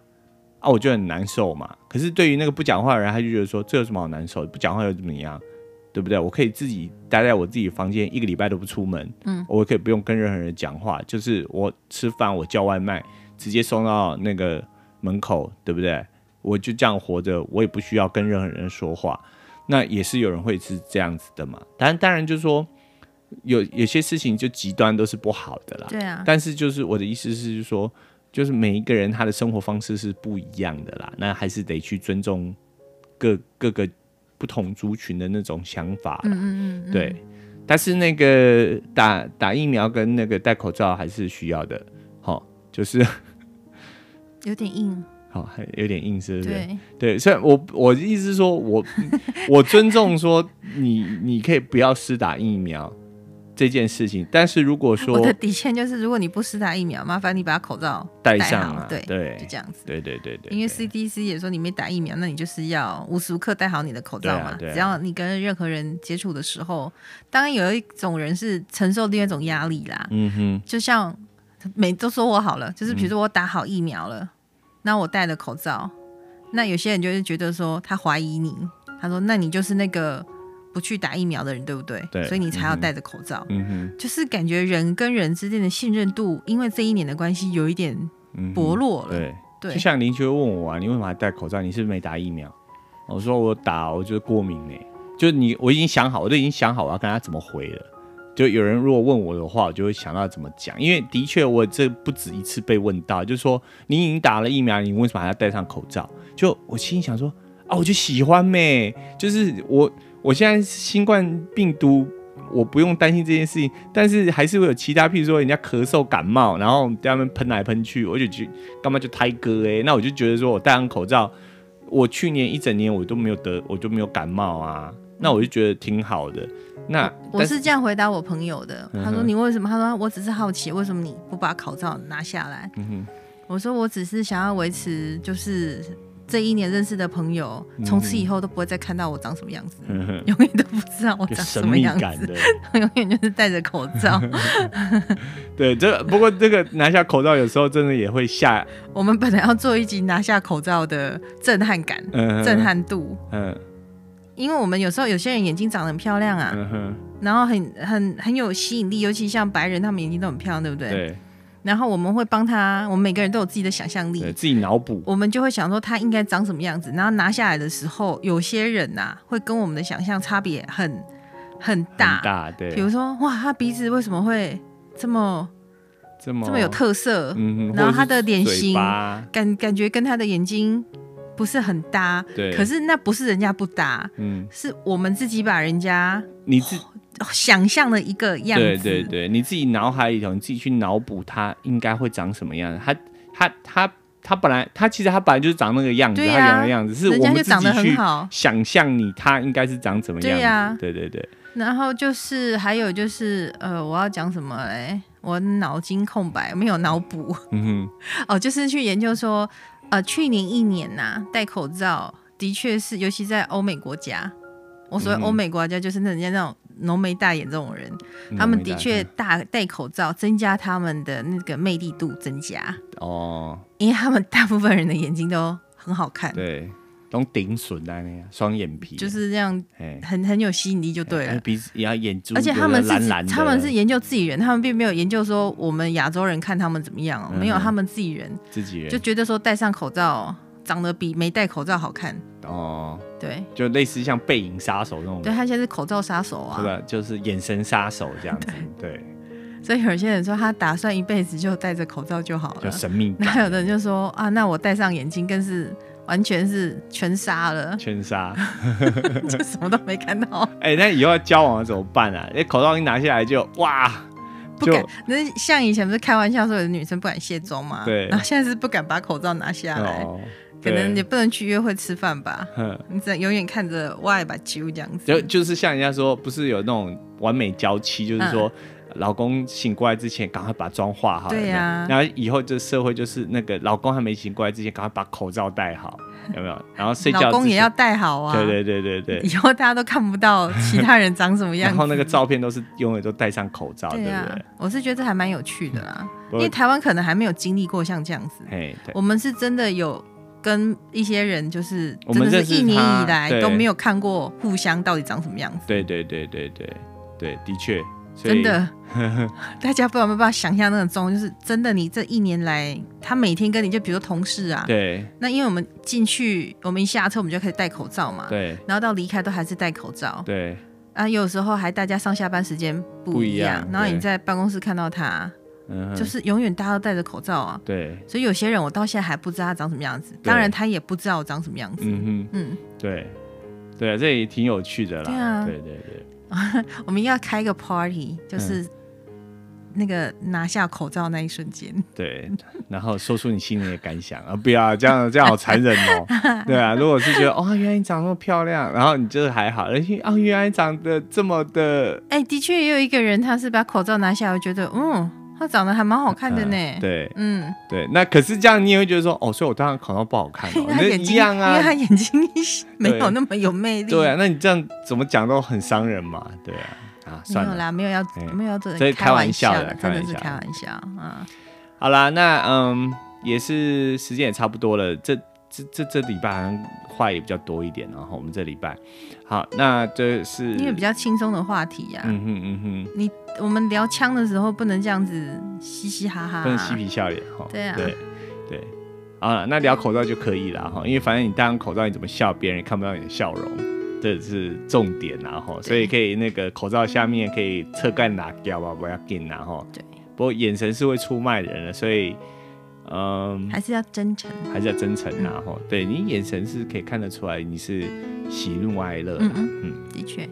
Speaker 1: 啊，我就很难受嘛。可是对于那个不讲话的人，他就觉得说，这有什么好难受？不讲话又怎么样？对不对？我可以自己待在我自己房间，一个礼拜都不出门，嗯，我可以不用跟任何人讲话，就是我吃饭，我叫外卖，直接送到那个门口，对不对？我就这样活着，我也不需要跟任何人说话。那也是有人会是这样子的嘛？当然，当然就是说，有有些事情就极端都是不好的啦
Speaker 2: 哼，。对啊，
Speaker 1: 但是就是我的意思是说，就是每一个人他的生活方式是不一样的啦，那还是得去尊重各各个不同族群的那种想法啦。
Speaker 2: 嗯嗯嗯，嗯
Speaker 1: 对，但是那个打打疫苗跟那个戴口罩还是需要的，好、就是
Speaker 2: 有点硬，
Speaker 1: 好、还有点硬，是不是？
Speaker 2: 对，
Speaker 1: 对，虽然我我的意思是说，我 我尊重说你你可以不要施打疫苗这件事情，但是如果
Speaker 2: 我的
Speaker 1: 说
Speaker 2: 底线就是，如果你不施打疫苗，麻烦你把口罩
Speaker 1: 戴
Speaker 2: 好
Speaker 1: 上啊，
Speaker 2: 对就
Speaker 1: 对
Speaker 2: 这样子。
Speaker 1: 对对对对，
Speaker 2: 因为
Speaker 1: 对
Speaker 2: CDC 也说你没打疫苗，那你就是要无时无刻戴好你的口罩嘛。
Speaker 1: 对啊对啊
Speaker 2: 只要你跟任何人接触的时候，当然有一种人是承受另外一种压力啦。
Speaker 1: 嗯哼，
Speaker 2: 就像每都说我好了，就是比如说我打好疫苗了，那我戴了口罩，那有些人就会觉得说他怀疑你，他说那你就是那个不去打疫苗的人，对不对？
Speaker 1: 对
Speaker 2: 所以你才要
Speaker 1: 嗯哼
Speaker 2: 戴着口罩。
Speaker 1: 嗯哼，
Speaker 2: 就是感觉人跟人之间的信任度，因为这一年的关系有一点
Speaker 1: 嗯哼
Speaker 2: 薄弱了。
Speaker 1: 对。
Speaker 2: 对
Speaker 1: 就像邻居会问我啊，你为什么还戴口罩？你是不是没打疫苗？我说我打，我就是过敏嘞、就你，我已经想好，我都已经想好我要跟他怎么回了。就有人如果问我的话，我就会想到怎么讲，因为的确我这不止一次被问到，就是说你已经打了疫苗，你为什么还要戴上口罩？就我心里想说啊，我就喜欢呗、就是我我现在新冠病毒我不用担心这件事情，但是还是会有其他，譬如说人家咳嗽、感冒，然后在他们喷来喷去，我就觉干嘛就胎哥哎、那我就觉得说我戴上口罩，我去年一整年我都没有得，我就没有感冒啊，那我就觉得挺好的。那
Speaker 2: 我
Speaker 1: 但
Speaker 2: 是这样回答我朋友的，
Speaker 1: 嗯哼
Speaker 2: 他说你为什么？他说我只是好奇，为什么你不把口罩拿下来？
Speaker 1: 嗯
Speaker 2: 我说我只是想要维持，就是这一年认识的朋友，
Speaker 1: 嗯
Speaker 2: 从此以后都不会再看到我长什么样子，
Speaker 1: 哼，呵
Speaker 2: 永远都不知道我
Speaker 1: 嗯有
Speaker 2: 长什
Speaker 1: 神
Speaker 2: 么
Speaker 1: 秘
Speaker 2: 样
Speaker 1: 感
Speaker 2: 子，
Speaker 1: 的。
Speaker 2: 永远就是戴着口 罩。
Speaker 1: 对，这个不过这个拿下口罩有时候真的也会吓，
Speaker 2: 我们本来要做一集拿下口罩的震撼感、
Speaker 1: 嗯，
Speaker 2: 震，撼度，
Speaker 1: 嗯
Speaker 2: 因为我们有时候有些人眼睛长得很漂亮啊，
Speaker 1: 嗯哼，
Speaker 2: 然后很很很有吸引力，尤其像白人，他们眼睛都很漂亮，对不对？
Speaker 1: 对
Speaker 2: 然后我们会帮他，我们每个人都有自己的想象力
Speaker 1: 对，，自己脑补，
Speaker 2: 我们就会想说他应该长什么样子。然后拿下来的时候，有些人呐、会跟我们的想象差别很很
Speaker 1: 很
Speaker 2: 大。
Speaker 1: 大，对
Speaker 2: 比，如说，哇，他鼻子为什么会这么
Speaker 1: 这么
Speaker 2: 这么有，特色，
Speaker 1: 嗯，
Speaker 2: 然
Speaker 1: 或者
Speaker 2: 后
Speaker 1: 是
Speaker 2: 他的脸
Speaker 1: 嘴
Speaker 2: 型
Speaker 1: 巴
Speaker 2: 感感觉跟他的眼睛不是很搭。
Speaker 1: 对，
Speaker 2: 可是那不是人家不搭，
Speaker 1: 嗯，哦
Speaker 2: 是我们自己把人家
Speaker 1: 你自
Speaker 2: 想象的一个样子。
Speaker 1: 对对对，你自己脑海里头，你自己去脑补它应该会长什么样。它它它它本来它其实它本来就是长那个样子，
Speaker 2: 对
Speaker 1: 它
Speaker 2: 呀
Speaker 1: 长的样子是
Speaker 2: 人
Speaker 1: 我
Speaker 2: 家
Speaker 1: 们
Speaker 2: 就
Speaker 1: 自
Speaker 2: 长得
Speaker 1: 己
Speaker 2: 很
Speaker 1: 去
Speaker 2: 好。
Speaker 1: 想象你它应该是长怎么样
Speaker 2: 对啊呀
Speaker 1: 子。对对对，
Speaker 2: 然后就是还有就是呃，我要讲什么嘞？我脑筋空白，没有脑补
Speaker 1: 嗯哼，
Speaker 2: 哦，就是去研究说，呃，去年一年呐、戴口罩的确是，尤其在欧美国家，我所
Speaker 1: 嗯
Speaker 2: 谓欧美国家就是那人家那种浓眉大眼这种人，他
Speaker 1: 浓
Speaker 2: 们
Speaker 1: 眉
Speaker 2: 的
Speaker 1: 大
Speaker 2: 确
Speaker 1: 眼
Speaker 2: 大戴口罩，增加他们的那个魅力度增加，
Speaker 1: 哦，
Speaker 2: 因为他们大部分人的眼睛都很好看，
Speaker 1: 对，用顶损啊那样，双眼皮
Speaker 2: 就是这样
Speaker 1: 哎，
Speaker 2: 很很有吸引力就对了
Speaker 1: 哎。鼻子也要眼珠，
Speaker 2: 而且他们是
Speaker 1: 蓝
Speaker 2: 自
Speaker 1: 蓝的，
Speaker 2: 他们是研究自己人，他们并没有研究说我们亚洲人看他们怎么样、哦，没有，
Speaker 1: 嗯
Speaker 2: 他们自己人
Speaker 1: 自己人
Speaker 2: 就觉得说戴上口罩长得比没戴口罩好看。
Speaker 1: 哦，
Speaker 2: 对，
Speaker 1: 就类似像背影杀手那种，
Speaker 2: 对他现在是口罩杀手
Speaker 1: 对
Speaker 2: 啊，
Speaker 1: 吧？就是眼神杀手这 样子，对，
Speaker 2: 所以有些人说他打算一辈子就戴着口罩就好
Speaker 1: 就
Speaker 2: 了，
Speaker 1: 神秘感，
Speaker 2: 那有的人就说啊，那我戴上眼镜更是完全是全杀 了
Speaker 1: 圈杀。
Speaker 2: 就什么都没 看到，
Speaker 1: 哎、那以后交往了怎么办啊？那口罩一拿下来就哇，
Speaker 2: 不
Speaker 1: 就
Speaker 2: 敢。那像以前不是开玩笑说有的女生不敢卸妆嘛，
Speaker 1: 对
Speaker 2: 然后现在是不敢把口罩拿下来，
Speaker 1: 哦，
Speaker 2: 可
Speaker 1: 对
Speaker 2: 能也不能去约会吃饭吧。
Speaker 1: 哼
Speaker 2: 你只能永远看着外把球这样子。
Speaker 1: 就就是像人家说，不是有那种完美娇妻，就是说。老公醒过来之前，赶快把妆化好。
Speaker 2: 嗯对呀
Speaker 1: 有没有然后以后这社会就是那个老公还没醒过来之前，赶快把口罩戴好， 有没有？然后睡觉
Speaker 2: 老公
Speaker 1: 之
Speaker 2: 也
Speaker 1: 前
Speaker 2: 要戴好啊，
Speaker 1: 对对对对 对。
Speaker 2: 以后大家都看不到其他人长什么样
Speaker 1: 然
Speaker 2: 子。
Speaker 1: 后那个照片都是永远都戴上口罩，
Speaker 2: 对
Speaker 1: 对
Speaker 2: 啊
Speaker 1: 不对？
Speaker 2: 我是觉得这还蛮有趣的啦，
Speaker 1: 不
Speaker 2: 因为台湾可能还没有经历过像这样子，
Speaker 1: 嘿，对，
Speaker 2: 我们是真的有。跟一些人就是，
Speaker 1: 我
Speaker 2: 真
Speaker 1: 们
Speaker 2: 的
Speaker 1: 认
Speaker 2: 是
Speaker 1: 识
Speaker 2: 一年
Speaker 1: 他
Speaker 2: 以来
Speaker 1: 对
Speaker 2: 都没有看过互相到底长什么样子，
Speaker 1: 对对对对对对，的确，所以
Speaker 2: 真的， 大家不知道有没有办法想象那种状况，就是真的，你这一年来，他每天跟你就比如说同事啊，
Speaker 1: 对
Speaker 2: 那因为我们进去，我们一下车我们就开始戴口罩嘛，
Speaker 1: 对
Speaker 2: 然后到离开都还是戴口罩，
Speaker 1: 对，
Speaker 2: 啊，有时候还大家上下班时间不
Speaker 1: 不
Speaker 2: 一
Speaker 1: 一
Speaker 2: 样，
Speaker 1: 样
Speaker 2: 然后你
Speaker 1: 对
Speaker 2: 在办公室看到他，
Speaker 1: 嗯哼，
Speaker 2: 就是永远大家都戴着口罩啊，
Speaker 1: 对，
Speaker 2: 所以有些人我到现在还不知道他长什么样子，当然他也不知道我长什么样子。
Speaker 1: 嗯
Speaker 2: 嗯，
Speaker 1: 哼，对，对，啊这也挺有趣的啦。
Speaker 2: 对啊
Speaker 1: 对对对
Speaker 2: 我们要开一个 party，就是
Speaker 1: 嗯
Speaker 2: 那个拿下口罩那一瞬间，
Speaker 1: 对然后说出你心里的感想 啊，不要这样，这样好残忍 哦。对啊，如果是觉得哦，原来你长那么漂亮，然后你就是还好，而且哦，原来你长得这么的，
Speaker 2: 哎、的确也有一个人他是把口罩拿下来，我觉得嗯，他长得还蛮好看的呢。
Speaker 1: 嗯对
Speaker 2: 嗯，
Speaker 1: 对，那可是这样你也会觉得说，哦，所以我当然考到不好看、哦
Speaker 2: 因，为他
Speaker 1: 那
Speaker 2: 眼
Speaker 1: 一
Speaker 2: 睛，
Speaker 1: 样
Speaker 2: 因为
Speaker 1: 啊
Speaker 2: 他。眼睛没有那么有魅力。
Speaker 1: 对啊，那你这样怎么讲都很伤人嘛，对啊，啊，
Speaker 2: 没
Speaker 1: 算
Speaker 2: 有
Speaker 1: 了，
Speaker 2: 啦，没有要
Speaker 1: 哎
Speaker 2: 没有要做
Speaker 1: 这是
Speaker 2: 开
Speaker 1: 开玩
Speaker 2: 笑
Speaker 1: 笑
Speaker 2: 的，
Speaker 1: 的
Speaker 2: 真的是开
Speaker 1: 开
Speaker 2: 玩笑啊。
Speaker 1: 好啦，那嗯，也是时间也差不多了，这这这这礼拜好像话也比较多一点，然后我们这礼拜，好，那这是
Speaker 2: 因为比较轻松的话题呀、
Speaker 1: 嗯哼嗯哼，
Speaker 2: 我们聊枪的时候不能这样子嘻嘻哈哈、
Speaker 1: 不能嬉皮笑脸哈，
Speaker 2: 啊对啊
Speaker 1: 对对，好了，那聊口罩就可以了哈，因为反正你戴上口罩，你怎么笑，别人也看不到你的笑容。这是重点然后所以可以那个口罩下面可以侧盖拿掉吧，不要紧然后
Speaker 2: 对，
Speaker 1: 不过眼神是会出卖人的，所以嗯，
Speaker 2: 还是要真诚。
Speaker 1: 还是要真诚啊，吼、对你眼神是可以看得出来你是喜怒哀乐、
Speaker 2: 嗯
Speaker 1: 啊。
Speaker 2: 嗯，
Speaker 1: 嗯，
Speaker 2: 的确，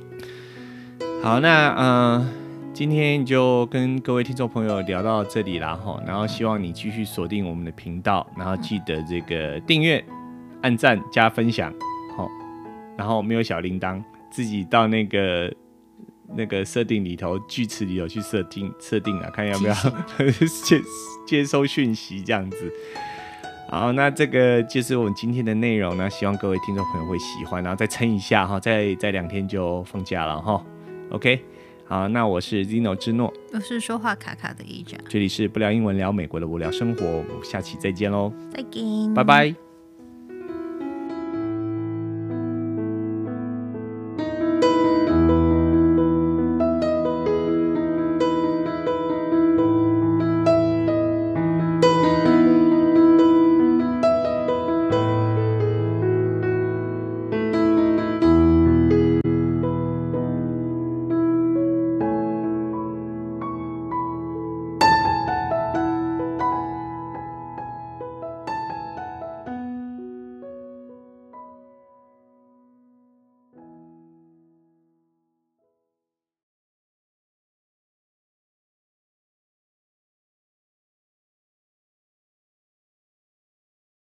Speaker 1: 好，那呃，今天就跟各位听众朋友聊到这里啦，吼，然后希望你继续锁定我们的频道，然后记得这个订阅、按赞加分享，好，然后没有小铃铛，自己到那个。那个设定里头，锯齿里头去设定设定啊，看要不要接接收讯息这样子。好，那这个就是我们今天的内容呢，希望各位听众朋友会喜欢，然后再撑一下哈，再再两天就放假了哈。OK，好，那我是 Zino 之诺，
Speaker 2: 我是说话卡卡的一家，
Speaker 1: 这里是不聊英文聊美国的无聊生活，我们下期再见喽，
Speaker 2: 再见，
Speaker 1: 拜。拜。